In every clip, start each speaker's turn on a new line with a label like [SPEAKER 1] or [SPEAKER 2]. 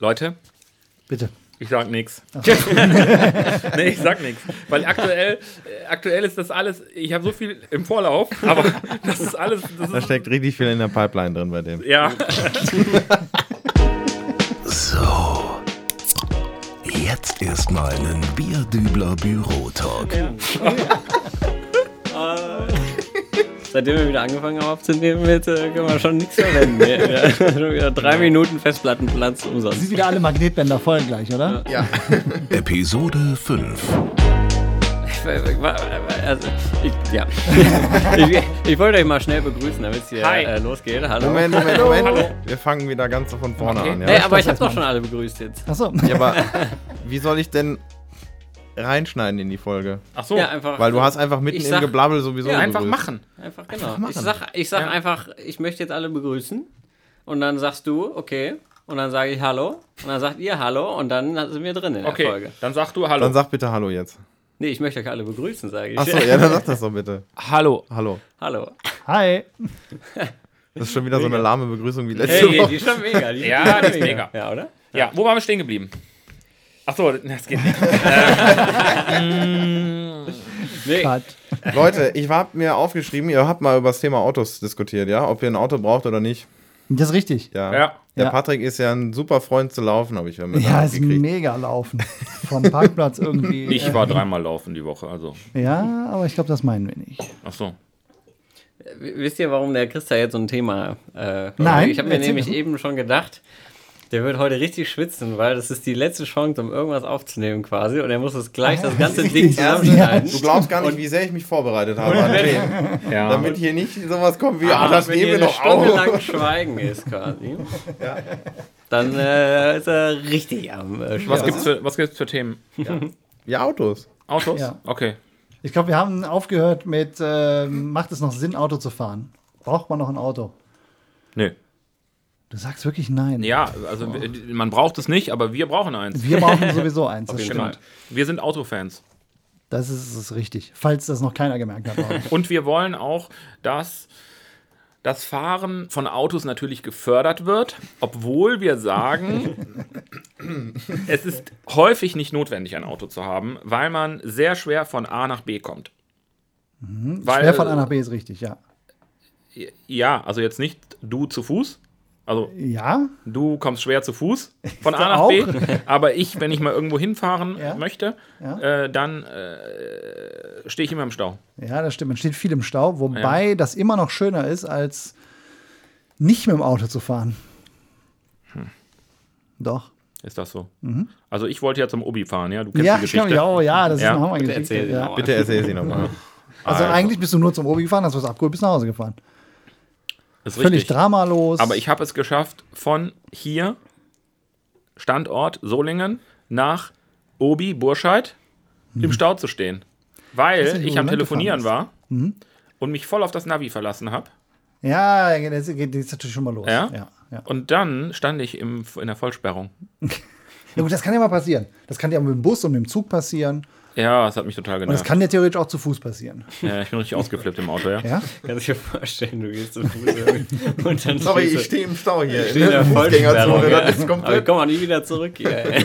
[SPEAKER 1] Leute,
[SPEAKER 2] Bitte.
[SPEAKER 1] ich sag nix. nee, ich sag nix. Weil aktuell, äh, aktuell ist das alles, ich habe so viel im Vorlauf, aber das ist alles, das
[SPEAKER 3] Da
[SPEAKER 1] ist,
[SPEAKER 3] steckt richtig viel in der Pipeline drin bei dem.
[SPEAKER 1] ja.
[SPEAKER 4] Jetzt erstmal einen Bierdübler Bürotalk.
[SPEAKER 5] Seitdem wir wieder angefangen haben aufzunehmen, jetzt, äh, können wir schon nichts verwenden. Wir, wir, schon wieder drei Minuten Festplattenplatz umsonst.
[SPEAKER 2] Sind wieder alle Magnetbänder voll gleich, oder?
[SPEAKER 4] Episode 5.
[SPEAKER 5] Also, ich, ja. ich, ich wollte euch mal schnell begrüßen, damit es hier
[SPEAKER 1] Hi.
[SPEAKER 5] äh, losgeht. Hallo.
[SPEAKER 3] Moment, Moment, Moment. Wir fangen wieder ganz von vorne an. Ja.
[SPEAKER 5] Hey, aber ich habe doch schon alle begrüßt jetzt.
[SPEAKER 2] Achso.
[SPEAKER 3] ja, aber wie soll ich denn reinschneiden in die Folge?
[SPEAKER 1] Ach so,
[SPEAKER 5] Ja, einfach.
[SPEAKER 3] Weil du hast einfach mitten
[SPEAKER 5] Ich
[SPEAKER 3] im
[SPEAKER 5] sag-
[SPEAKER 3] Geblabbel sowieso
[SPEAKER 5] Ja,
[SPEAKER 1] einfach
[SPEAKER 3] begrüßt.
[SPEAKER 1] machen.
[SPEAKER 5] einfach genau. ich sag, ich sag einfach, ich möchte jetzt alle begrüßen. Und dann sagst du, okay. Und dann sage ich Hallo. Und dann sagt ihr Hallo. Und dann sind wir drin in der
[SPEAKER 1] Okay,
[SPEAKER 5] Folge.
[SPEAKER 1] dann sag du Hallo.
[SPEAKER 3] Dann sag bitte Hallo jetzt.
[SPEAKER 5] Nee, ich möchte euch alle begrüßen, sage ich.
[SPEAKER 3] Achso, ja, dann sag das doch bitte.
[SPEAKER 1] Hallo.
[SPEAKER 3] Hallo.
[SPEAKER 5] Hallo.
[SPEAKER 2] Hi.
[SPEAKER 3] Das ist schon wieder so eine lahme Begrüßung wie letzte
[SPEAKER 5] Hey,
[SPEAKER 3] Woche.
[SPEAKER 5] die ist schon mega. Die
[SPEAKER 1] Ja, die ist mega.
[SPEAKER 5] Ja, oder?
[SPEAKER 1] Ja, wo waren wir stehen geblieben? Ach so, das geht nicht.
[SPEAKER 5] Nee.
[SPEAKER 2] Cut.
[SPEAKER 3] Leute, ich hab mir aufgeschrieben, ihr habt mal über das Thema Autos diskutiert, ja? Ob ihr ein Auto braucht oder nicht.
[SPEAKER 2] Das ist richtig.
[SPEAKER 3] Ja.
[SPEAKER 1] Ja.
[SPEAKER 3] Der
[SPEAKER 2] Ja.
[SPEAKER 3] Patrick ist ja ein super Freund zu laufen, habe ich ja
[SPEAKER 2] Ja, ist
[SPEAKER 3] mitgekriegt.
[SPEAKER 2] mega laufen. Vom Parkplatz irgendwie.
[SPEAKER 1] Ich war dreimal laufen die Woche, also.
[SPEAKER 2] äh, ja, aber ich glaube, das meinen wir nicht.
[SPEAKER 1] Ach so.
[SPEAKER 5] W- Wisst ihr, warum der Christa jetzt so ein Thema? Äh,
[SPEAKER 2] Nein,
[SPEAKER 5] Ich habe mir
[SPEAKER 2] erzähl
[SPEAKER 5] nämlich
[SPEAKER 2] doch.
[SPEAKER 5] eben schon gedacht, der wird heute richtig schwitzen, weil das ist die letzte Chance, um irgendwas aufzunehmen quasi. Und er muss das
[SPEAKER 2] Ah,
[SPEAKER 5] gleich das ganze Ding zusammenschneiden.
[SPEAKER 3] Du glaubst gar nicht, wie sehr ich mich vorbereitet habe an Themen.
[SPEAKER 1] Ja.
[SPEAKER 3] Damit hier nicht sowas kommt wie, ah,
[SPEAKER 5] Aber
[SPEAKER 3] das
[SPEAKER 5] wenn
[SPEAKER 3] nehmen wir
[SPEAKER 5] hier eine
[SPEAKER 3] doch
[SPEAKER 5] Stunde lang
[SPEAKER 3] auf.
[SPEAKER 5] Schweigen ist quasi, dann äh, ist er richtig am äh,
[SPEAKER 1] Was,
[SPEAKER 5] Schweigen.
[SPEAKER 1] gibt's für, was gibt's für Themen?
[SPEAKER 3] Ja, Autos.
[SPEAKER 1] Autos?
[SPEAKER 2] Ja.
[SPEAKER 1] Okay.
[SPEAKER 2] Ich glaube, wir haben aufgehört mit, äh, macht es noch Sinn, Auto zu fahren? Braucht man noch ein Auto?
[SPEAKER 1] Nö.
[SPEAKER 2] Du sagst wirklich nein.
[SPEAKER 1] Ja, also w- man braucht es nicht, aber wir brauchen eins.
[SPEAKER 2] Wir brauchen sowieso eins, das
[SPEAKER 5] jeden
[SPEAKER 2] stimmt.
[SPEAKER 1] Genau. Wir sind Autofans.
[SPEAKER 2] Das ist, ist richtig. Falls das noch keiner gemerkt hat. warum.
[SPEAKER 1] Und wir wollen auch, dass das Fahren von Autos natürlich gefördert wird, obwohl wir sagen, es ist häufig nicht notwendig, ein Auto zu haben, weil man sehr schwer von A nach B kommt. Weil,
[SPEAKER 2] Wer Mhm. von A nach B ist richtig, ja.
[SPEAKER 1] Ja, also jetzt nicht du zu Fuß. Also
[SPEAKER 2] Ja,
[SPEAKER 1] du kommst schwer zu Fuß von A
[SPEAKER 2] Da
[SPEAKER 1] nach
[SPEAKER 2] auch.
[SPEAKER 1] B. Aber ich, wenn ich mal irgendwo hinfahren
[SPEAKER 2] Ja.
[SPEAKER 1] möchte, Äh, dann äh, stehe ich immer im Stau.
[SPEAKER 2] Ja, das stimmt. Man steht viel im Stau, wobei das immer noch schöner ist, als nicht mit dem Auto zu fahren.
[SPEAKER 1] Hm.
[SPEAKER 2] Doch.
[SPEAKER 1] Ist das so? Also ich wollte ja zum Obi fahren, ja. Du kennst
[SPEAKER 2] Mhm. ja,
[SPEAKER 1] die
[SPEAKER 2] ich glaub,
[SPEAKER 1] Geschichte.
[SPEAKER 2] ja, oh, ja, das
[SPEAKER 1] Ja.
[SPEAKER 2] ist eine Hammergeschichte.
[SPEAKER 5] Erzähl sie
[SPEAKER 2] Ja.
[SPEAKER 5] nochmal.
[SPEAKER 3] Bitte erzähl sie nochmal.
[SPEAKER 1] Ah,
[SPEAKER 2] Also eigentlich bist du nur zum Obi gefahren, hast was abgeholt, bist nach Hause gefahren.
[SPEAKER 1] Ist
[SPEAKER 2] Völlig dramalos.
[SPEAKER 1] Aber ich habe es geschafft von hier, Standort Solingen, nach Obi, Burscheid, im Stau zu stehen.
[SPEAKER 2] Mhm. weiß
[SPEAKER 1] Weil
[SPEAKER 2] nicht, wo
[SPEAKER 1] ich
[SPEAKER 2] du
[SPEAKER 1] am
[SPEAKER 2] lang
[SPEAKER 1] Telefonieren
[SPEAKER 2] gefahren Mhm.
[SPEAKER 1] war und mich voll auf das Navi verlassen habe.
[SPEAKER 2] ja, das geht das ist natürlich schon mal los.
[SPEAKER 1] Ja?
[SPEAKER 2] Ja, ja.
[SPEAKER 1] Und dann stand ich im, in der Vollsperrung.
[SPEAKER 2] ja gut, das kann ja mal passieren. Das kann ja mit dem Bus und mit dem Zug passieren.
[SPEAKER 1] Ja, das hat mich total
[SPEAKER 2] Und das
[SPEAKER 1] genervt.
[SPEAKER 2] kann ja theoretisch auch zu Fuß passieren.
[SPEAKER 1] Ja, ich bin richtig ausgeflippt im Auto, ja.
[SPEAKER 2] Ja?
[SPEAKER 5] Kannst du dir vorstellen, du gehst zum Fuß und
[SPEAKER 3] Sorry,
[SPEAKER 5] dann stehst du-
[SPEAKER 3] ich stehe im Stau hier.
[SPEAKER 5] in der Vollsperrung. Ja.
[SPEAKER 3] Das ist
[SPEAKER 5] Aber ich
[SPEAKER 3] komplett.
[SPEAKER 5] komme auch nie wieder zurück hier. ey.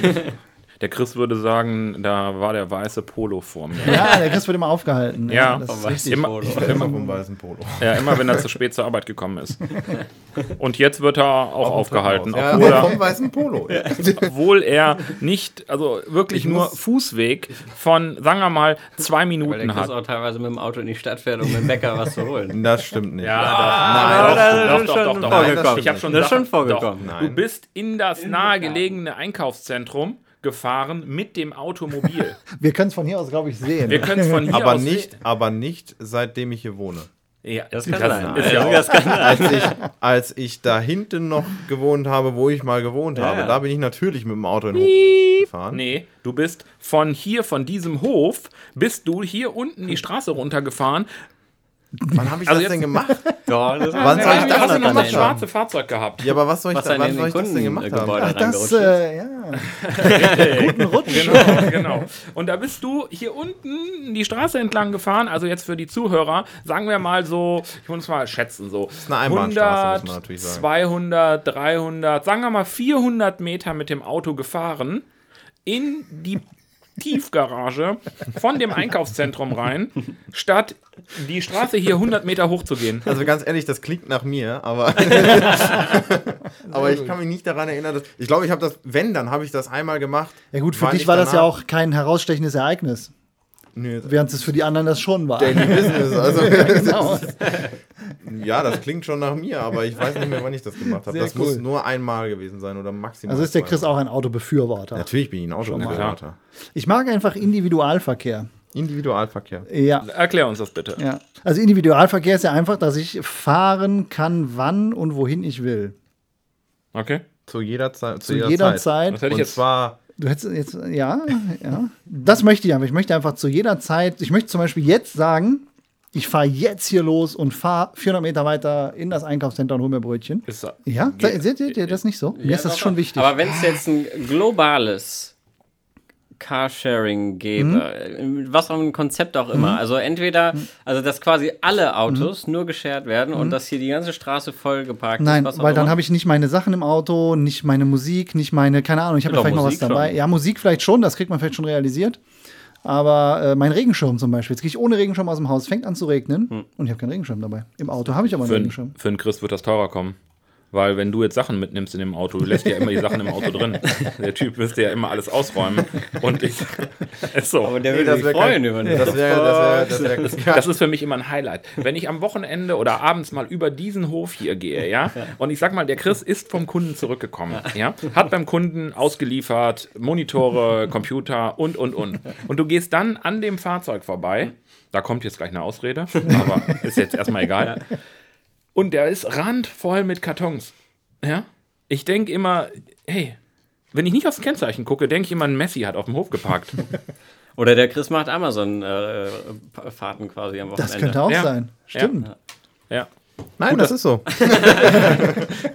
[SPEAKER 1] Der Chris würde sagen, da war der weiße Polo vor mir.
[SPEAKER 2] ja, der Chris wird immer aufgehalten.
[SPEAKER 1] Ja,
[SPEAKER 2] das ist
[SPEAKER 5] Vom
[SPEAKER 2] richtig.
[SPEAKER 5] weißen
[SPEAKER 1] Immer-
[SPEAKER 5] Polo.
[SPEAKER 3] Immer vom weißen Polo.
[SPEAKER 1] Ja, immer wenn er zu spät zur Arbeit gekommen ist. Und jetzt wird er auch aufgehalten,
[SPEAKER 3] Ja,
[SPEAKER 1] obwohl er
[SPEAKER 3] vom weißen Polo. Ja.
[SPEAKER 1] obwohl er nicht, also wirklich nur
[SPEAKER 3] muss-
[SPEAKER 1] Fußweg von, sagen wir mal, zwei
[SPEAKER 5] Weil
[SPEAKER 1] Minuten
[SPEAKER 5] der Chris
[SPEAKER 1] hat.
[SPEAKER 5] auch teilweise mit dem Auto in die Stadt fährt, um mit dem Bäcker was zu holen.
[SPEAKER 3] Das stimmt nicht.
[SPEAKER 5] Ah, das
[SPEAKER 1] Nein,
[SPEAKER 5] ist
[SPEAKER 1] doch, doch, doch,
[SPEAKER 5] schon
[SPEAKER 1] doch,
[SPEAKER 3] vorgekommen.
[SPEAKER 1] doch. Ich habe schon
[SPEAKER 5] Das ist
[SPEAKER 1] Sachen-
[SPEAKER 5] schon vorgekommen.
[SPEAKER 1] Doch. Du bist in das nahegelegene Einkaufszentrum gefahren mit dem Automobil.
[SPEAKER 2] Wir können es von hier aus, glaube ich, sehen.
[SPEAKER 1] Wir können es von hier
[SPEAKER 3] aber,
[SPEAKER 1] aus
[SPEAKER 3] nicht, aber nicht, seitdem ich hier wohne.
[SPEAKER 1] sehen. Ja, das
[SPEAKER 5] kann sein.
[SPEAKER 1] Ist ja auch,
[SPEAKER 3] Als ich, als ich da hinten noch gewohnt habe, wo ich mal gewohnt habe,
[SPEAKER 5] ja.
[SPEAKER 3] da bin ich natürlich mit dem Auto in den Hof gefahren.
[SPEAKER 1] Nee, du bist von hier, von diesem Hof, bist du hier unten die Straße runtergefahren
[SPEAKER 3] Wann habe ich
[SPEAKER 1] Also
[SPEAKER 3] das denn
[SPEAKER 1] jetzt-
[SPEAKER 3] gemacht?
[SPEAKER 5] Ja, das
[SPEAKER 3] Wann soll ich
[SPEAKER 1] da
[SPEAKER 3] das
[SPEAKER 1] hast du noch das
[SPEAKER 3] denn gemacht haben?
[SPEAKER 1] schwarze Fahrzeug gehabt.
[SPEAKER 3] Ja, aber was soll ich,
[SPEAKER 5] Was
[SPEAKER 3] da,
[SPEAKER 5] dann
[SPEAKER 3] wann
[SPEAKER 5] in
[SPEAKER 3] soll
[SPEAKER 5] den äh,
[SPEAKER 3] ich das denn gemacht haben?
[SPEAKER 5] Kundengebäude
[SPEAKER 2] Ach, das,
[SPEAKER 5] reingerutscht ist.
[SPEAKER 2] äh, ja. Guten Rutsch.
[SPEAKER 1] Genau, genau. Und da bist du hier unten die Straße entlang gefahren. Also jetzt für die Zuhörer, sagen wir mal so, ich muss mal schätzen, so
[SPEAKER 3] eine Einbahnstraße, muss man natürlich sagen.
[SPEAKER 1] 200, 300, sagen wir mal 400 Meter mit dem Auto gefahren in die Tiefgarage von dem Einkaufszentrum rein, statt die Straße hier 100 Meter hoch zu gehen.
[SPEAKER 3] Also ganz ehrlich, das klingt nach mir, aber, aber ich kann mich nicht daran erinnern, dass ich glaube, ich habe das, wenn, dann habe ich das einmal gemacht.
[SPEAKER 2] Ja gut, für
[SPEAKER 3] Wann
[SPEAKER 2] dich
[SPEAKER 3] ich
[SPEAKER 2] war das ja
[SPEAKER 3] danach-
[SPEAKER 2] auch kein herausstechendes Ereignis,
[SPEAKER 3] Nö,
[SPEAKER 2] während es für die anderen das schon war.
[SPEAKER 3] Daily Business. Also,
[SPEAKER 2] Genau.
[SPEAKER 3] ja, das klingt schon nach mir, aber ich weiß nicht mehr, wann ich das gemacht habe.
[SPEAKER 2] Sehr
[SPEAKER 3] Das
[SPEAKER 2] cool.
[SPEAKER 3] muss nur einmal gewesen sein oder maximal.
[SPEAKER 2] Also ist der Chris
[SPEAKER 3] zweimal.
[SPEAKER 2] auch ein Autobefürworter.
[SPEAKER 3] Natürlich bin ich ein Autobefürworter.
[SPEAKER 2] Ich mag einfach Individualverkehr.
[SPEAKER 3] Individualverkehr.
[SPEAKER 2] Ja.
[SPEAKER 1] Erklär uns das bitte.
[SPEAKER 2] ja. Also Individualverkehr ist ja einfach, dass ich fahren kann, wann und wohin ich will.
[SPEAKER 1] Okay.
[SPEAKER 3] Zu jeder Zeit.
[SPEAKER 2] Zu jeder Zeit.
[SPEAKER 1] Das hätte ich
[SPEAKER 3] Und
[SPEAKER 1] jetzt.
[SPEAKER 3] zwar,
[SPEAKER 2] Du hättest jetzt, ja, ja. Das möchte ich aber. Ich möchte einfach zu jeder Zeit, ich möchte zum Beispiel jetzt sagen, ich fahre jetzt hier los und fahre 400 Meter weiter in das Einkaufscenter und hole mir Brötchen.
[SPEAKER 1] Ist,
[SPEAKER 2] Ja, se- seht ihr das nicht so? Mir ist das schon wichtig.
[SPEAKER 5] Aber wenn es jetzt ein globales Carsharing gäbe,
[SPEAKER 2] Mhm.
[SPEAKER 5] in was für ein Konzept auch immer, also entweder, also dass quasi alle Autos nur geshared werden und dass hier die ganze Straße voll geparkt
[SPEAKER 2] Mhm. Nein,
[SPEAKER 5] ist, was auch
[SPEAKER 2] weil dann
[SPEAKER 1] ne?
[SPEAKER 5] immer.
[SPEAKER 2] habe ich nicht meine Sachen im Auto, nicht meine Musik, nicht meine, keine Ahnung, ich habe
[SPEAKER 1] Genau,
[SPEAKER 5] Ja,
[SPEAKER 2] ja vielleicht
[SPEAKER 5] doch,
[SPEAKER 2] noch was
[SPEAKER 5] Musik
[SPEAKER 2] dabei.
[SPEAKER 5] schon.
[SPEAKER 2] Ja, Musik vielleicht schon, das kriegt man vielleicht schon realisiert. Aber äh, mein Regenschirm zum Beispiel, jetzt gehe ich ohne Regenschirm aus dem Haus, fängt an zu regnen
[SPEAKER 1] Hm.
[SPEAKER 2] und ich habe keinen Regenschirm dabei. Im Auto habe ich aber einen
[SPEAKER 1] Für,
[SPEAKER 2] Regenschirm.
[SPEAKER 1] einen- für einen Chris wird das teurer kommen. Weil wenn du jetzt Sachen mitnimmst in dem Auto, du lässt ja immer die Sachen im Auto drin. Der Typ müsste ja immer alles ausräumen. Und ich ist so.
[SPEAKER 5] Aber der würde
[SPEAKER 3] das
[SPEAKER 5] sich
[SPEAKER 3] wär
[SPEAKER 5] freuen
[SPEAKER 3] kein-
[SPEAKER 5] über den
[SPEAKER 3] das wäre, das wäre, das wäre,
[SPEAKER 1] Das ist für mich immer ein Highlight. Wenn ich am Wochenende oder abends mal über diesen Hof hier gehe, ja, und ich sag mal, der Chris ist vom Kunden zurückgekommen, ja, hat beim Kunden ausgeliefert, Monitore, Computer und, und, und. Und du gehst dann an dem Fahrzeug vorbei, da kommt jetzt gleich eine Ausrede, aber ist jetzt erstmal egal. Und der ist randvoll mit Kartons, ja. Ich denke immer, hey, wenn ich nicht aufs Kennzeichen gucke, denke ich immer, ein Messi hat auf dem Hof geparkt.
[SPEAKER 5] Oder der Chris macht Amazon-Fahrten quasi am Wochenende.
[SPEAKER 2] Das könnte auch
[SPEAKER 1] Ja.
[SPEAKER 2] sein. Stimmt.
[SPEAKER 1] Ja.
[SPEAKER 3] Nein, das ist so.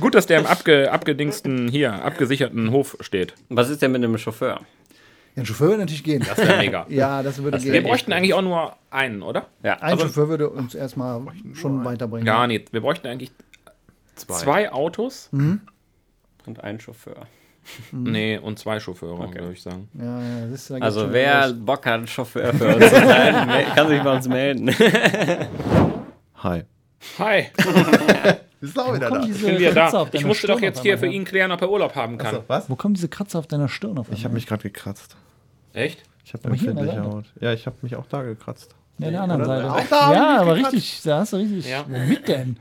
[SPEAKER 1] Gut, dass der im abge, abgedingsten hier, abgesicherten Hof steht.
[SPEAKER 5] Was ist denn mit einem Chauffeur?
[SPEAKER 2] Ja, ein Chauffeur würde natürlich gehen.
[SPEAKER 1] Das wäre mega.
[SPEAKER 2] Ja, das würde
[SPEAKER 1] Wir
[SPEAKER 2] gehen.
[SPEAKER 1] bräuchten eigentlich auch nur einen, oder? Also
[SPEAKER 5] Ja,
[SPEAKER 2] Ein Chauffeur würde uns erstmal schon weiterbringen.
[SPEAKER 1] Gar nicht. Wir bräuchten eigentlich zwei, Autos.
[SPEAKER 2] Mhm.
[SPEAKER 5] und ein Chauffeur.
[SPEAKER 1] Nee, und zwei Chauffeure, würde ich sagen.
[SPEAKER 2] Ja, ja, das ist, da geht's
[SPEAKER 5] Also
[SPEAKER 2] schon
[SPEAKER 5] wer
[SPEAKER 2] los.
[SPEAKER 5] Bock hat, Chauffeur für uns zu sein, me- kann sich bei uns melden.
[SPEAKER 3] Hi.
[SPEAKER 1] Hi,
[SPEAKER 3] Bist du auch wieder
[SPEAKER 2] Wo
[SPEAKER 3] da?
[SPEAKER 2] kommt diese
[SPEAKER 1] sind wir
[SPEAKER 2] Kratzer
[SPEAKER 1] da.
[SPEAKER 2] auf
[SPEAKER 1] Ich
[SPEAKER 2] deiner
[SPEAKER 1] musste doch
[SPEAKER 2] Stirn
[SPEAKER 1] jetzt
[SPEAKER 2] auf
[SPEAKER 1] hier für
[SPEAKER 2] einmal ne? her?
[SPEAKER 1] ihn klären, ob er Urlaub haben kann.
[SPEAKER 3] So, was?
[SPEAKER 2] Wo kommt diese Kratzer auf deiner Stirn auf einmal?
[SPEAKER 3] Ich habe mich gerade gekratzt.
[SPEAKER 1] Echt?
[SPEAKER 3] Ich habe
[SPEAKER 2] Aber hier an der
[SPEAKER 3] empfindliche
[SPEAKER 2] Seite.
[SPEAKER 3] Haut. Ja, ich habe mich auch da gekratzt.
[SPEAKER 2] Ja, der anderen Seite.
[SPEAKER 3] Auch da hab ich
[SPEAKER 2] ja,
[SPEAKER 3] mich
[SPEAKER 2] aber
[SPEAKER 3] gekratzt.
[SPEAKER 2] richtig, da hast du richtig.
[SPEAKER 1] Ja.
[SPEAKER 2] Womit denn?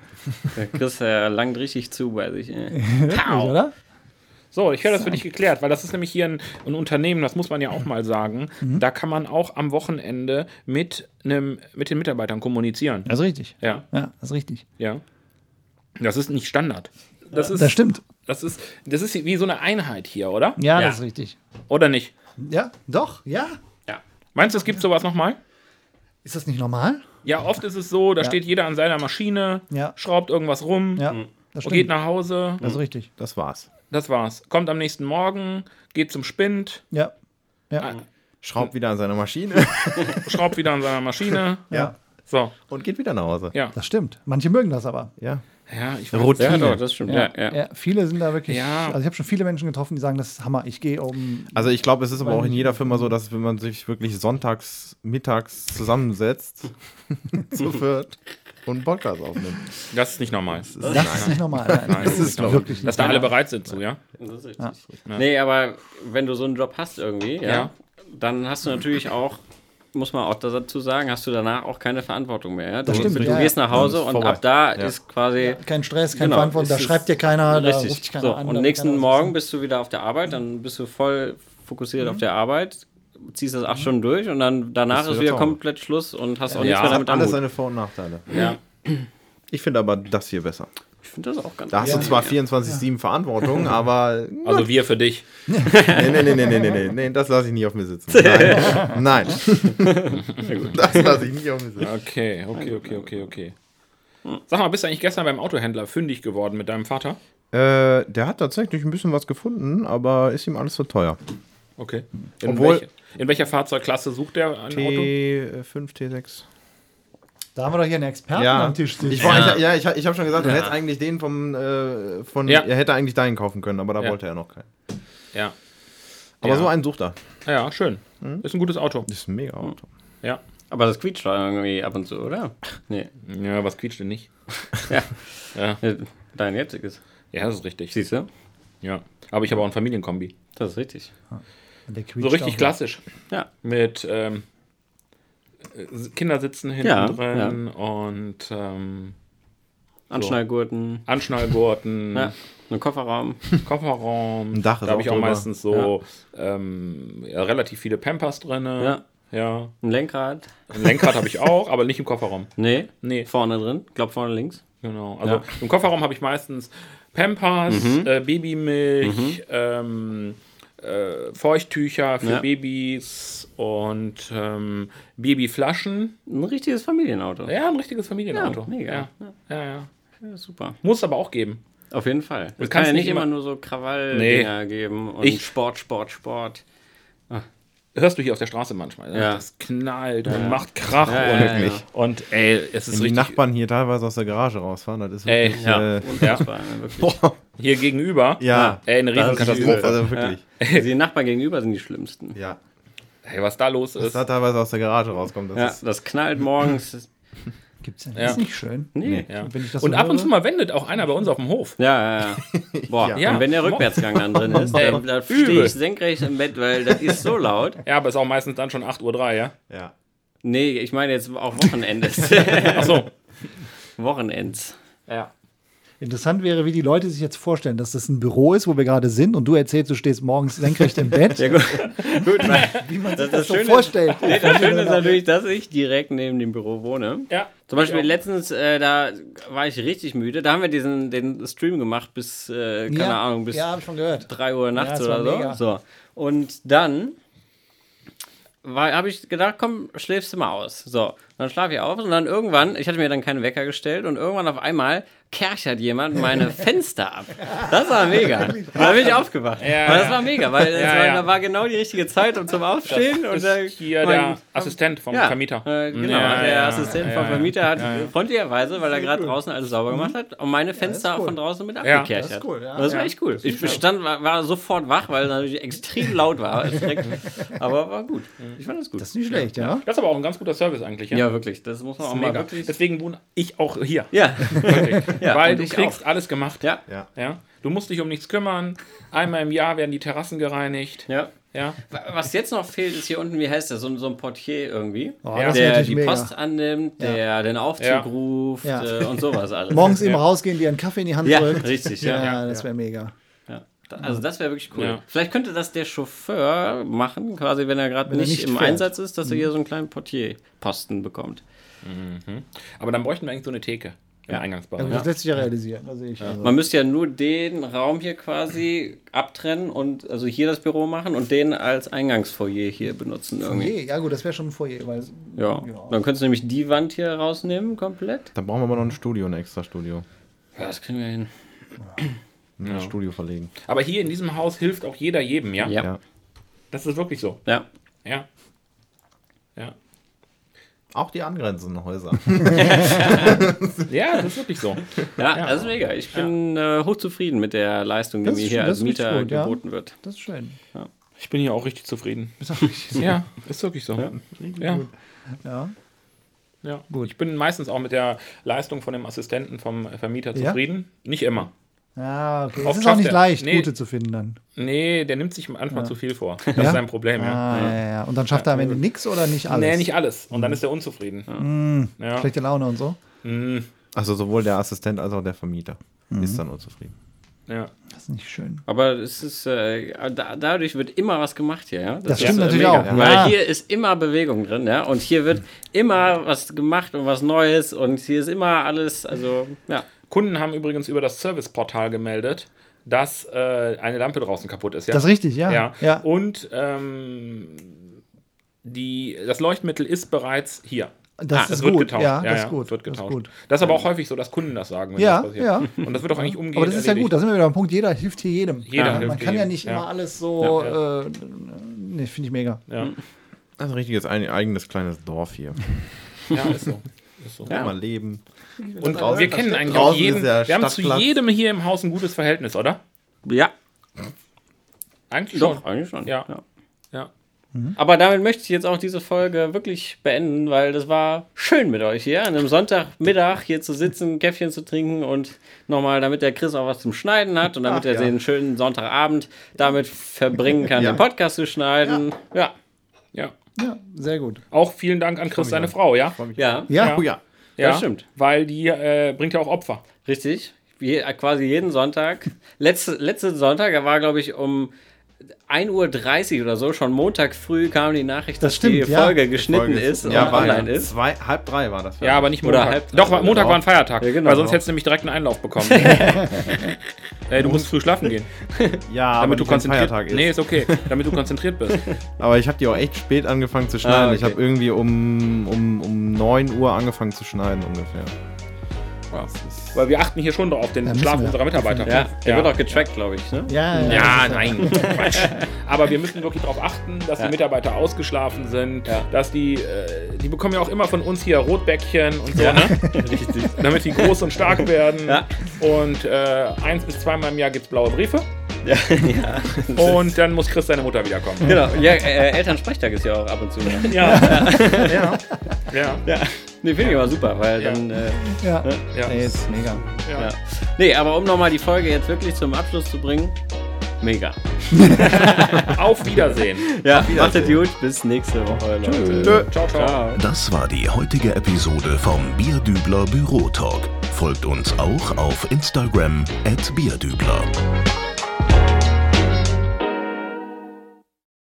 [SPEAKER 5] Der Chris äh, langt richtig zu bei sich. Äh.
[SPEAKER 1] Au.
[SPEAKER 2] Oder?
[SPEAKER 1] So, ich höre das für dich geklärt, weil das ist nämlich hier ein, ein Unternehmen, das muss man ja auch mal sagen.
[SPEAKER 2] Mhm.
[SPEAKER 1] Da kann man auch am Wochenende mit, einem, mit den Mitarbeitern kommunizieren.
[SPEAKER 2] Das ist richtig.
[SPEAKER 1] Ja,
[SPEAKER 2] Ja, das ist richtig.
[SPEAKER 1] ja. Das ist nicht Standard. Das ist,
[SPEAKER 2] Das stimmt.
[SPEAKER 1] Das ist, das ist wie so eine Einheit hier, oder?
[SPEAKER 2] Ja, das ist richtig.
[SPEAKER 1] Oder nicht?
[SPEAKER 2] Ja, doch, ja.
[SPEAKER 1] Ja. Meinst du, es gibt sowas nochmal?
[SPEAKER 2] Ist das nicht normal?
[SPEAKER 1] Ja, oft ist es so, da steht jeder an seiner Maschine,
[SPEAKER 2] Ja.
[SPEAKER 1] schraubt irgendwas rum,
[SPEAKER 2] Ja, das
[SPEAKER 1] und
[SPEAKER 2] stimmt.
[SPEAKER 1] geht nach Hause.
[SPEAKER 2] das ist richtig.
[SPEAKER 3] Das war's.
[SPEAKER 1] Das war's. Kommt am nächsten Morgen, geht zum Spind,
[SPEAKER 2] Ja. Ja.
[SPEAKER 3] Schraubt wieder an seine Maschine
[SPEAKER 1] schraubt wieder an seiner Maschine.
[SPEAKER 2] ja,
[SPEAKER 1] So,
[SPEAKER 3] und geht wieder nach Hause.
[SPEAKER 1] ja.
[SPEAKER 2] das stimmt. Manche mögen das aber.
[SPEAKER 3] Ja.
[SPEAKER 1] Ja, ich
[SPEAKER 3] Routine.
[SPEAKER 1] Ja, doch, das stimmt. Ja, ja.
[SPEAKER 2] Ja, viele sind da wirklich.
[SPEAKER 1] Ja.
[SPEAKER 2] Also ich habe schon viele Menschen getroffen, die sagen, das ist Hammer. Ich gehe um.
[SPEAKER 3] Also ich glaube, es ist aber auch in jeder Firma so, dass wenn man sich wirklich sonntags, mittags zusammensetzt, zu viert und einen Podcast aufnimmt.
[SPEAKER 1] Das ist nicht normal. Das ist,
[SPEAKER 2] Das ist nicht normal. Nein, das ist
[SPEAKER 1] nicht normal.
[SPEAKER 2] wirklich nicht
[SPEAKER 1] Dass da alle
[SPEAKER 2] normal.
[SPEAKER 1] bereit sind zu, ja?
[SPEAKER 5] Das ist richtig. Nee, aber wenn du so einen Job hast irgendwie, ja,
[SPEAKER 1] Ja.
[SPEAKER 5] dann hast du natürlich auch, muss man auch dazu sagen, hast du danach auch keine Verantwortung mehr. Ja? Du,
[SPEAKER 2] Das stimmt,
[SPEAKER 5] du
[SPEAKER 2] ja,
[SPEAKER 5] gehst
[SPEAKER 2] ja.
[SPEAKER 5] nach Hause
[SPEAKER 3] Dann ist
[SPEAKER 5] und
[SPEAKER 3] vorbei.
[SPEAKER 5] ab da
[SPEAKER 3] Ja.
[SPEAKER 5] ist quasi.
[SPEAKER 2] Kein Stress, keine
[SPEAKER 5] Genau,
[SPEAKER 2] Verantwortung. Da
[SPEAKER 5] es ist-
[SPEAKER 2] schreibt dir keiner, da
[SPEAKER 5] Richtig.
[SPEAKER 2] ruft dich keiner
[SPEAKER 5] so,
[SPEAKER 2] an.
[SPEAKER 5] und
[SPEAKER 2] da will
[SPEAKER 5] nächsten
[SPEAKER 2] keiner was
[SPEAKER 5] Morgen
[SPEAKER 2] wissen.
[SPEAKER 5] bist du wieder auf der Arbeit, dann bist du voll fokussiert
[SPEAKER 2] Mhm.
[SPEAKER 5] auf der Arbeit, ziehst das acht Stunden durch und dann danach
[SPEAKER 3] Bist
[SPEAKER 5] ist
[SPEAKER 3] wieder
[SPEAKER 5] wieder
[SPEAKER 3] zu Hause.
[SPEAKER 5] komplett Schluss und hast auch
[SPEAKER 1] Ja.
[SPEAKER 5] nichts mehr
[SPEAKER 3] Das
[SPEAKER 5] damit
[SPEAKER 3] hat
[SPEAKER 5] am
[SPEAKER 3] alles
[SPEAKER 5] Hut.
[SPEAKER 3] seine Vor- und Nachteile.
[SPEAKER 1] Ja.
[SPEAKER 3] Ich finde aber das hier besser.
[SPEAKER 5] Ich finde das auch ganz
[SPEAKER 3] Da hast du zwar 24-7 Verantwortung, aber
[SPEAKER 1] Also wir für dich.
[SPEAKER 3] Nee, nee, nee, nee, nee, nee, nee, nee, das lasse ich nicht auf mir sitzen. Nein, nein. das lasse ich nicht auf mir sitzen.
[SPEAKER 1] Okay, okay, okay, okay, okay. Sag mal, bist du eigentlich gestern beim Autohändler fündig geworden mit deinem Vater?
[SPEAKER 3] Äh, der hat tatsächlich ein bisschen was gefunden, aber ist ihm alles zu teuer.
[SPEAKER 1] Okay. In,
[SPEAKER 3] Obwohl-
[SPEAKER 1] welche, in welcher Fahrzeugklasse sucht der ein Auto?
[SPEAKER 3] T5, T6.
[SPEAKER 2] Da haben wir doch hier einen Experten
[SPEAKER 3] Ja,
[SPEAKER 2] am Tisch sitzen.
[SPEAKER 3] ich, war, ich, ja, ich, ich habe schon gesagt, du hättest eigentlich den vom, äh, von,
[SPEAKER 1] Ja.
[SPEAKER 3] er hätte eigentlich deinen kaufen können, aber da
[SPEAKER 1] Ja.
[SPEAKER 3] wollte er noch keinen.
[SPEAKER 1] Ja.
[SPEAKER 3] Aber
[SPEAKER 1] Ja.
[SPEAKER 3] so einen sucht er.
[SPEAKER 1] ja, schön. Ist ein gutes Auto.
[SPEAKER 3] Das ist ein mega Auto.
[SPEAKER 1] Ja.
[SPEAKER 5] Aber das quietscht doch irgendwie ab und zu, oder? Nee.
[SPEAKER 1] Ja, was quietscht denn nicht?
[SPEAKER 5] Dein jetziges.
[SPEAKER 1] Ja, das ist richtig.
[SPEAKER 5] Siehst du?
[SPEAKER 1] Ja. Aber ich habe auch ein Familienkombi.
[SPEAKER 5] Das ist richtig.
[SPEAKER 2] Der
[SPEAKER 1] So
[SPEAKER 2] quietscht
[SPEAKER 1] richtig
[SPEAKER 2] auch.
[SPEAKER 1] klassisch.
[SPEAKER 5] Ja.
[SPEAKER 1] Mit ähm, äh, Kindersitzen hinten
[SPEAKER 5] Ja,
[SPEAKER 1] drin und ähm,
[SPEAKER 5] Anschnallgurten,
[SPEAKER 2] Mhm.
[SPEAKER 1] Anschnallgurten,
[SPEAKER 5] ja. einen Kofferraum.
[SPEAKER 1] Kofferraum.
[SPEAKER 3] Ein Dach ist
[SPEAKER 1] da habe
[SPEAKER 3] auch
[SPEAKER 1] ich auch
[SPEAKER 3] drüber.
[SPEAKER 1] meistens so ähm, ja, relativ viele Pampers drin.
[SPEAKER 5] Ja.
[SPEAKER 1] ja.
[SPEAKER 5] Ein Lenkrad.
[SPEAKER 1] Ein Lenkrad habe ich auch, aber nicht im Kofferraum.
[SPEAKER 5] Nee.
[SPEAKER 1] Nee.
[SPEAKER 5] Vorne drin. Glaub vorne links.
[SPEAKER 1] Genau. Also
[SPEAKER 5] Ja. Mhm.
[SPEAKER 1] im Kofferraum habe ich meistens Pampers, äh, Babymilch, ähm, äh, Feuchttücher für
[SPEAKER 5] Ja.
[SPEAKER 1] Babys und ähm, Babyflaschen.
[SPEAKER 5] Ein richtiges Familienauto.
[SPEAKER 1] Ja, ein richtiges Familienauto.
[SPEAKER 5] Ja, mega.
[SPEAKER 1] Ja. Ja, ja.
[SPEAKER 5] Ja, super.
[SPEAKER 1] Muss aber auch geben.
[SPEAKER 5] Auf jeden Fall. Es kann
[SPEAKER 1] kannst
[SPEAKER 5] ja nicht
[SPEAKER 1] nicht
[SPEAKER 5] immer
[SPEAKER 1] immer-
[SPEAKER 5] nur so krawall geben und
[SPEAKER 1] Ich-
[SPEAKER 5] Sport, Sport, Sport.
[SPEAKER 1] Hörst du hier auf der Straße manchmal. ne?
[SPEAKER 5] Ja.
[SPEAKER 1] Das knallt und macht Krach
[SPEAKER 5] Ja,
[SPEAKER 1] und,
[SPEAKER 5] ja, ja, ja.
[SPEAKER 1] und ey, es ist
[SPEAKER 3] Wenn die
[SPEAKER 1] richtig.
[SPEAKER 3] Nachbarn hier teilweise aus der Garage rausfahren, das ist
[SPEAKER 1] Ey,
[SPEAKER 3] wirklich,
[SPEAKER 1] ja.
[SPEAKER 3] äh,
[SPEAKER 1] Ja.
[SPEAKER 5] Unfassbar, ne, wirklich.
[SPEAKER 1] Hier gegenüber.
[SPEAKER 3] ja.
[SPEAKER 1] Ey, eine
[SPEAKER 5] Das ist
[SPEAKER 1] Riesenkatastrophe.
[SPEAKER 3] Also wirklich.
[SPEAKER 5] Also die Nachbarn gegenüber sind die schlimmsten.
[SPEAKER 3] Ja.
[SPEAKER 1] Ey, was da los
[SPEAKER 3] Dass
[SPEAKER 1] ist.
[SPEAKER 3] da teilweise aus der Garage rauskommt, das
[SPEAKER 5] Ja,
[SPEAKER 3] ist
[SPEAKER 5] das knallt morgens.
[SPEAKER 2] Gibt's ja.
[SPEAKER 1] Ja.
[SPEAKER 2] Das ist nicht schön.
[SPEAKER 5] Nee.
[SPEAKER 1] Ja.
[SPEAKER 2] Wenn ich das so
[SPEAKER 1] Und ab und
[SPEAKER 2] höre.
[SPEAKER 1] zu mal wendet auch einer bei uns auf dem Hof.
[SPEAKER 5] Ja, ja, ja. Boah,
[SPEAKER 1] Ja.
[SPEAKER 5] und wenn der Rückwärtsgang dann drin ist,
[SPEAKER 1] Ey,
[SPEAKER 5] dann, dann
[SPEAKER 1] übel.
[SPEAKER 5] stehe ich senkrecht im Bett, weil das ist so laut.
[SPEAKER 1] Ja, aber ist auch meistens dann schon 8.03 Uhr, ja?
[SPEAKER 3] ja.
[SPEAKER 5] Nee, ich meine jetzt auch Wochenendes.
[SPEAKER 1] Ach so.
[SPEAKER 5] Wochenends.
[SPEAKER 1] Ja.
[SPEAKER 2] Interessant wäre, wie die Leute sich jetzt vorstellen, dass das ein Büro ist, wo wir gerade sind und du erzählst, du stehst morgens senkrecht im Bett.
[SPEAKER 5] Ja, gut. gut nein.
[SPEAKER 2] Wie man sich das,
[SPEAKER 5] Das- das
[SPEAKER 2] so
[SPEAKER 5] Schöne-
[SPEAKER 2] vorstellt.
[SPEAKER 5] Das Schöne ist halt- natürlich, dass ich direkt neben dem Büro wohne.
[SPEAKER 1] Ja.
[SPEAKER 5] Zum Beispiel
[SPEAKER 1] Ich auch.
[SPEAKER 5] letztens, äh, da war ich richtig müde. Da haben wir diesen den Stream gemacht bis, äh, keine
[SPEAKER 2] ja,
[SPEAKER 5] Ahnung, bis
[SPEAKER 2] Ja, hab ich schon gehört.
[SPEAKER 5] 3 Uhr nachts
[SPEAKER 2] das war
[SPEAKER 5] oder
[SPEAKER 2] mega.
[SPEAKER 5] so. so. Und dann habe ich gedacht, komm, schläfst du mal aus. So, dann schlaf ich auf und dann irgendwann, ich hatte mir dann keinen Wecker gestellt und irgendwann auf einmal kerchert jemand meine Fenster ab. Das war mega. Und dann bin ich aufgewacht.
[SPEAKER 1] Ja,
[SPEAKER 5] Aber das
[SPEAKER 1] ja.
[SPEAKER 5] war mega, weil es
[SPEAKER 1] Ja,
[SPEAKER 5] war,
[SPEAKER 1] ja.
[SPEAKER 5] da war genau die richtige Zeit um zum Aufstehen. und
[SPEAKER 1] ist
[SPEAKER 5] dann
[SPEAKER 1] hier
[SPEAKER 5] mein-
[SPEAKER 1] der Assistent vom
[SPEAKER 5] ja,
[SPEAKER 1] Vermieter. Mhm.
[SPEAKER 5] Äh, genau,
[SPEAKER 1] Ja,
[SPEAKER 5] der
[SPEAKER 1] ja,
[SPEAKER 5] Assistent
[SPEAKER 1] ja,
[SPEAKER 5] vom
[SPEAKER 1] ja.
[SPEAKER 5] Vermieter hat freundlicherweise, weil er gerade draußen alles sauber
[SPEAKER 2] Mhm.
[SPEAKER 5] gemacht hat, und meine Fenster von draußen mit
[SPEAKER 1] Ja.
[SPEAKER 5] abgekerchert.
[SPEAKER 2] Das ist cool, ja.
[SPEAKER 5] Das war echt cool. Ich stand, war, war sofort wach, weil es natürlich extrem laut war. Also Direkt. Aber war gut. Ich fand das gut.
[SPEAKER 2] Das ist nicht schlecht, ja.
[SPEAKER 1] Das ist aber auch ein ganz guter Service eigentlich, Mhm. ja?
[SPEAKER 5] ja, wirklich. Das muss man auch mal
[SPEAKER 1] Mega.
[SPEAKER 5] wirklich.
[SPEAKER 1] Deswegen wohne ich auch hier.
[SPEAKER 5] ja.
[SPEAKER 1] Wirklich.
[SPEAKER 5] Ja,
[SPEAKER 1] Weil
[SPEAKER 5] und
[SPEAKER 1] du
[SPEAKER 5] ich
[SPEAKER 1] kriegst alles gemacht.
[SPEAKER 5] ja.
[SPEAKER 3] ja.
[SPEAKER 1] Ja? Du musst dich um nichts kümmern. Einmal im Jahr werden die Terrassen gereinigt.
[SPEAKER 5] Ja.
[SPEAKER 1] Ja.
[SPEAKER 5] Was jetzt noch fehlt, ist hier unten, wie heißt der, so, ein- so ein Portier irgendwie,
[SPEAKER 2] Oh,
[SPEAKER 1] Ja.
[SPEAKER 2] das ist
[SPEAKER 5] der
[SPEAKER 2] natürlich
[SPEAKER 5] die
[SPEAKER 2] mega.
[SPEAKER 5] Post annimmt, der den Aufzug
[SPEAKER 1] Ja.
[SPEAKER 5] ruft
[SPEAKER 2] Ja.
[SPEAKER 5] äh, und sowas alles.
[SPEAKER 2] Morgens immer
[SPEAKER 1] Ja.
[SPEAKER 2] rausgehen, dir einen Kaffee in die Hand
[SPEAKER 5] ja,
[SPEAKER 2] drücken.
[SPEAKER 5] richtig, ja.
[SPEAKER 2] Ja, das wäre mega.
[SPEAKER 5] Ja. Da- Also das wäre wirklich cool.
[SPEAKER 1] Ja.
[SPEAKER 5] Vielleicht könnte das der Chauffeur machen, quasi wenn er gerade
[SPEAKER 2] Wenn er
[SPEAKER 5] nicht,
[SPEAKER 2] nicht
[SPEAKER 5] im
[SPEAKER 2] fährt. Mhm.
[SPEAKER 5] Einsatz ist, dass er hier so einen kleinen Portierposten bekommt.
[SPEAKER 1] Aber dann bräuchten wir eigentlich so eine Theke im
[SPEAKER 2] Also
[SPEAKER 1] Eingangsbereich.
[SPEAKER 2] Das lässt sich ja realisieren. Das sehe ich. Also.
[SPEAKER 5] Man müsste ja nur den Raum hier quasi abtrennen und also hier das Büro machen und den als Eingangsfoyer hier benutzen irgendwie.
[SPEAKER 2] Nee, ja gut, das wäre schon ein Foyer, weil Ja.
[SPEAKER 5] Ja. Dann könntest du nämlich die Wand hier rausnehmen komplett.
[SPEAKER 3] Dann brauchen wir aber noch ein Studio, ein extra Studio.
[SPEAKER 5] Ja, das kriegen wir hin.
[SPEAKER 3] Ein Studio verlegen.
[SPEAKER 1] Aber hier in diesem Haus hilft auch jeder jedem, ja?
[SPEAKER 5] Ja.
[SPEAKER 3] Ja.
[SPEAKER 1] Das ist wirklich so.
[SPEAKER 5] Ja.
[SPEAKER 1] Ja. Ja.
[SPEAKER 3] Auch die angrenzenden Häuser.
[SPEAKER 1] Ja, das ist wirklich so.
[SPEAKER 5] Ja, das ist mega. Ich bin äh, hochzufrieden mit der Leistung, die
[SPEAKER 2] Das
[SPEAKER 5] mir
[SPEAKER 2] ist-
[SPEAKER 5] hier
[SPEAKER 2] das
[SPEAKER 5] als
[SPEAKER 2] ist richtig
[SPEAKER 5] Mieter
[SPEAKER 2] gut, ja.
[SPEAKER 5] geboten wird.
[SPEAKER 2] das ist schön.
[SPEAKER 1] Ich bin hier auch richtig zufrieden. ja, ist wirklich so. Ja. Ja.
[SPEAKER 2] Ja.
[SPEAKER 1] Gut. Ich bin meistens auch mit der Leistung von dem Assistenten vom Vermieter
[SPEAKER 2] Ja?
[SPEAKER 1] zufrieden. Nicht immer.
[SPEAKER 2] Ja, okay.
[SPEAKER 1] Oft
[SPEAKER 2] Es ist auch
[SPEAKER 1] schafft
[SPEAKER 2] nicht
[SPEAKER 1] er-
[SPEAKER 2] leicht,
[SPEAKER 1] nee.
[SPEAKER 2] gute zu finden dann.
[SPEAKER 1] Nee, der nimmt sich manchmal zu viel vor. Das
[SPEAKER 2] Ja?
[SPEAKER 1] ist sein Problem, ja.
[SPEAKER 2] Ah, ja, ja. Und dann schafft er am Ende nichts oder nicht alles? Mhm.
[SPEAKER 1] Nee, nicht alles. Und dann ist er unzufrieden. Ja.
[SPEAKER 2] Schlechte Laune und so.
[SPEAKER 3] Also sowohl der Assistent als auch der Vermieter ist dann unzufrieden.
[SPEAKER 1] Ja.
[SPEAKER 2] Das ist nicht schön.
[SPEAKER 5] Aber es ist, äh, da, dadurch wird immer was gemacht hier, ja.
[SPEAKER 2] Das
[SPEAKER 5] ist,
[SPEAKER 2] stimmt
[SPEAKER 5] äh,
[SPEAKER 2] natürlich auch, ja.
[SPEAKER 5] Weil
[SPEAKER 2] Ja.
[SPEAKER 5] hier ist immer Bewegung drin, ja. Und hier wird immer was gemacht und was Neues und hier ist immer alles, also, ja.
[SPEAKER 1] Kunden haben übrigens über das Serviceportal gemeldet, dass äh, eine Lampe draußen kaputt ist. Ja?
[SPEAKER 2] Das ist richtig, ja.
[SPEAKER 1] Ja.
[SPEAKER 2] Ah,
[SPEAKER 1] Oh,
[SPEAKER 2] Ja.
[SPEAKER 1] Und ähm, die, das Leuchtmittel ist bereits hier. Ah,
[SPEAKER 2] Das
[SPEAKER 1] es
[SPEAKER 2] ist
[SPEAKER 1] wird
[SPEAKER 2] gut,
[SPEAKER 1] getauscht.
[SPEAKER 2] ja, das ist gut,
[SPEAKER 1] es wird
[SPEAKER 2] das ist
[SPEAKER 1] getauscht. Das ist,
[SPEAKER 2] gut.
[SPEAKER 1] aber auch häufig so, dass Kunden das sagen, wenn
[SPEAKER 2] Ja,
[SPEAKER 1] das passiert.
[SPEAKER 2] ja.
[SPEAKER 1] Und das wird auch eigentlich umgehend
[SPEAKER 2] Aber das ist ja
[SPEAKER 1] erledigt.
[SPEAKER 2] gut, da sind wir wieder am Punkt, jeder hilft hier jedem.
[SPEAKER 1] Jeder
[SPEAKER 2] Man
[SPEAKER 1] hilft
[SPEAKER 2] kann ja
[SPEAKER 1] jedem,
[SPEAKER 2] nicht
[SPEAKER 1] ja.
[SPEAKER 2] immer alles so.
[SPEAKER 1] Ja,
[SPEAKER 2] Äh, nee, finde ich mega.
[SPEAKER 1] Ja,
[SPEAKER 3] Das ist ein richtiges ein, eigenes kleines Dorf hier.
[SPEAKER 1] ja ist so. Ist so.
[SPEAKER 3] Mal leben.
[SPEAKER 1] Und
[SPEAKER 3] Draußen-
[SPEAKER 1] wir kennen eigentlich
[SPEAKER 3] draußen
[SPEAKER 1] auch jeden.
[SPEAKER 3] ist der
[SPEAKER 1] wir haben zu
[SPEAKER 3] Stadtplatz.
[SPEAKER 1] jedem hier im Haus ein gutes Verhältnis, oder?
[SPEAKER 5] Ja,
[SPEAKER 1] Eigentlich schon.
[SPEAKER 5] doch, eigentlich schon.
[SPEAKER 1] Ja. Ja.
[SPEAKER 2] Mhm.
[SPEAKER 5] Aber damit möchte ich jetzt auch diese Folge wirklich beenden, weil das war schön mit euch hier, an einem Sonntagmittag hier zu sitzen, Käffchen zu trinken und nochmal, damit der Chris auch was zum Schneiden hat und damit
[SPEAKER 3] Ach,
[SPEAKER 5] er
[SPEAKER 3] ja.
[SPEAKER 5] den schönen Sonntagabend damit verbringen kann,
[SPEAKER 3] Ja.
[SPEAKER 5] den Podcast zu schneiden. Ja.
[SPEAKER 1] ja.
[SPEAKER 2] Ja, sehr gut.
[SPEAKER 1] Auch vielen Dank an Chris, seine Frau, ja?
[SPEAKER 5] Ja,
[SPEAKER 2] Ja,
[SPEAKER 3] Oh ja.
[SPEAKER 1] Ja,
[SPEAKER 5] das stimmt.
[SPEAKER 1] Weil die äh, bringt ja auch Opfer.
[SPEAKER 5] richtig. Je, quasi jeden Sonntag. Letzte, letzten Sonntag, er war, glaube ich, um 1.30 Uhr oder so, schon Montag früh kam die Nachricht,
[SPEAKER 2] Das
[SPEAKER 5] dass
[SPEAKER 2] stimmt,
[SPEAKER 5] die
[SPEAKER 2] ja.
[SPEAKER 5] Folge geschnitten
[SPEAKER 3] Folge-
[SPEAKER 5] ist
[SPEAKER 3] ja,
[SPEAKER 5] und
[SPEAKER 3] war
[SPEAKER 5] online
[SPEAKER 3] ja.
[SPEAKER 5] ist.
[SPEAKER 3] Zwei, halb drei war das.
[SPEAKER 1] Ja, aber nicht
[SPEAKER 5] Oder
[SPEAKER 1] Montag.
[SPEAKER 5] halb drei
[SPEAKER 1] Doch, war-
[SPEAKER 5] oder
[SPEAKER 1] Montag
[SPEAKER 5] so.
[SPEAKER 1] war ein Feiertag.
[SPEAKER 5] Ja, genau.
[SPEAKER 1] Weil sonst hättest du nämlich direkt einen Einlauf bekommen. Ey, du musst früh schlafen gehen,
[SPEAKER 3] ja,
[SPEAKER 1] damit du
[SPEAKER 3] aber nicht, wenn
[SPEAKER 1] konzentriert
[SPEAKER 3] Feiertag ist.
[SPEAKER 1] Nee, ist okay, damit du konzentriert bist.
[SPEAKER 3] Aber ich habe die auch echt spät angefangen zu schneiden.
[SPEAKER 5] Ah, okay.
[SPEAKER 3] Ich habe irgendwie um, um, um 9 Uhr angefangen zu schneiden ungefähr. Das ist
[SPEAKER 1] Weil wir achten hier schon drauf auf den
[SPEAKER 2] Ja, müssen
[SPEAKER 1] Schlaf
[SPEAKER 2] wir.
[SPEAKER 1] unserer Mitarbeiter.
[SPEAKER 5] Ja,
[SPEAKER 1] ja.
[SPEAKER 5] der wird auch getrackt, glaube ich. Ne?
[SPEAKER 2] ja, ja.
[SPEAKER 1] Ja, nein, Quatsch. Aber wir müssen wirklich darauf achten, dass die Mitarbeiter ausgeschlafen sind,
[SPEAKER 5] Ja.
[SPEAKER 1] dass die, äh, die bekommen ja auch immer von uns hier Rotbäckchen und so, ne?
[SPEAKER 5] Richtig.
[SPEAKER 1] damit die groß und stark werden.
[SPEAKER 5] Ja.
[SPEAKER 1] Und äh, eins bis zweimal im Jahr gibt es blaue Briefe.
[SPEAKER 5] Ja, ja.
[SPEAKER 1] Und dann muss Chris seine Mutter wiederkommen.
[SPEAKER 5] Genau. Ja, äh, Elternsprechtag ist ja auch ab und zu. Ne?
[SPEAKER 1] Ja. ja. ja.
[SPEAKER 5] Ja. Nee, finde ich aber super, weil
[SPEAKER 1] Ja.
[SPEAKER 5] dann. Äh,
[SPEAKER 2] ja.
[SPEAKER 1] Ja.
[SPEAKER 2] Ey, ist mega.
[SPEAKER 5] ja. Nee, aber um nochmal die Folge jetzt wirklich zum Abschluss zu bringen. Mega.
[SPEAKER 1] Auf Wiedersehen.
[SPEAKER 5] Ja, macht's gut. Bis nächste Woche, Leute.
[SPEAKER 1] Ciao, ciao.
[SPEAKER 5] Ciao.
[SPEAKER 4] Das war die heutige Episode vom Bierdübler Bürotalk. Folgt uns auch auf Instagram at Bierdübler.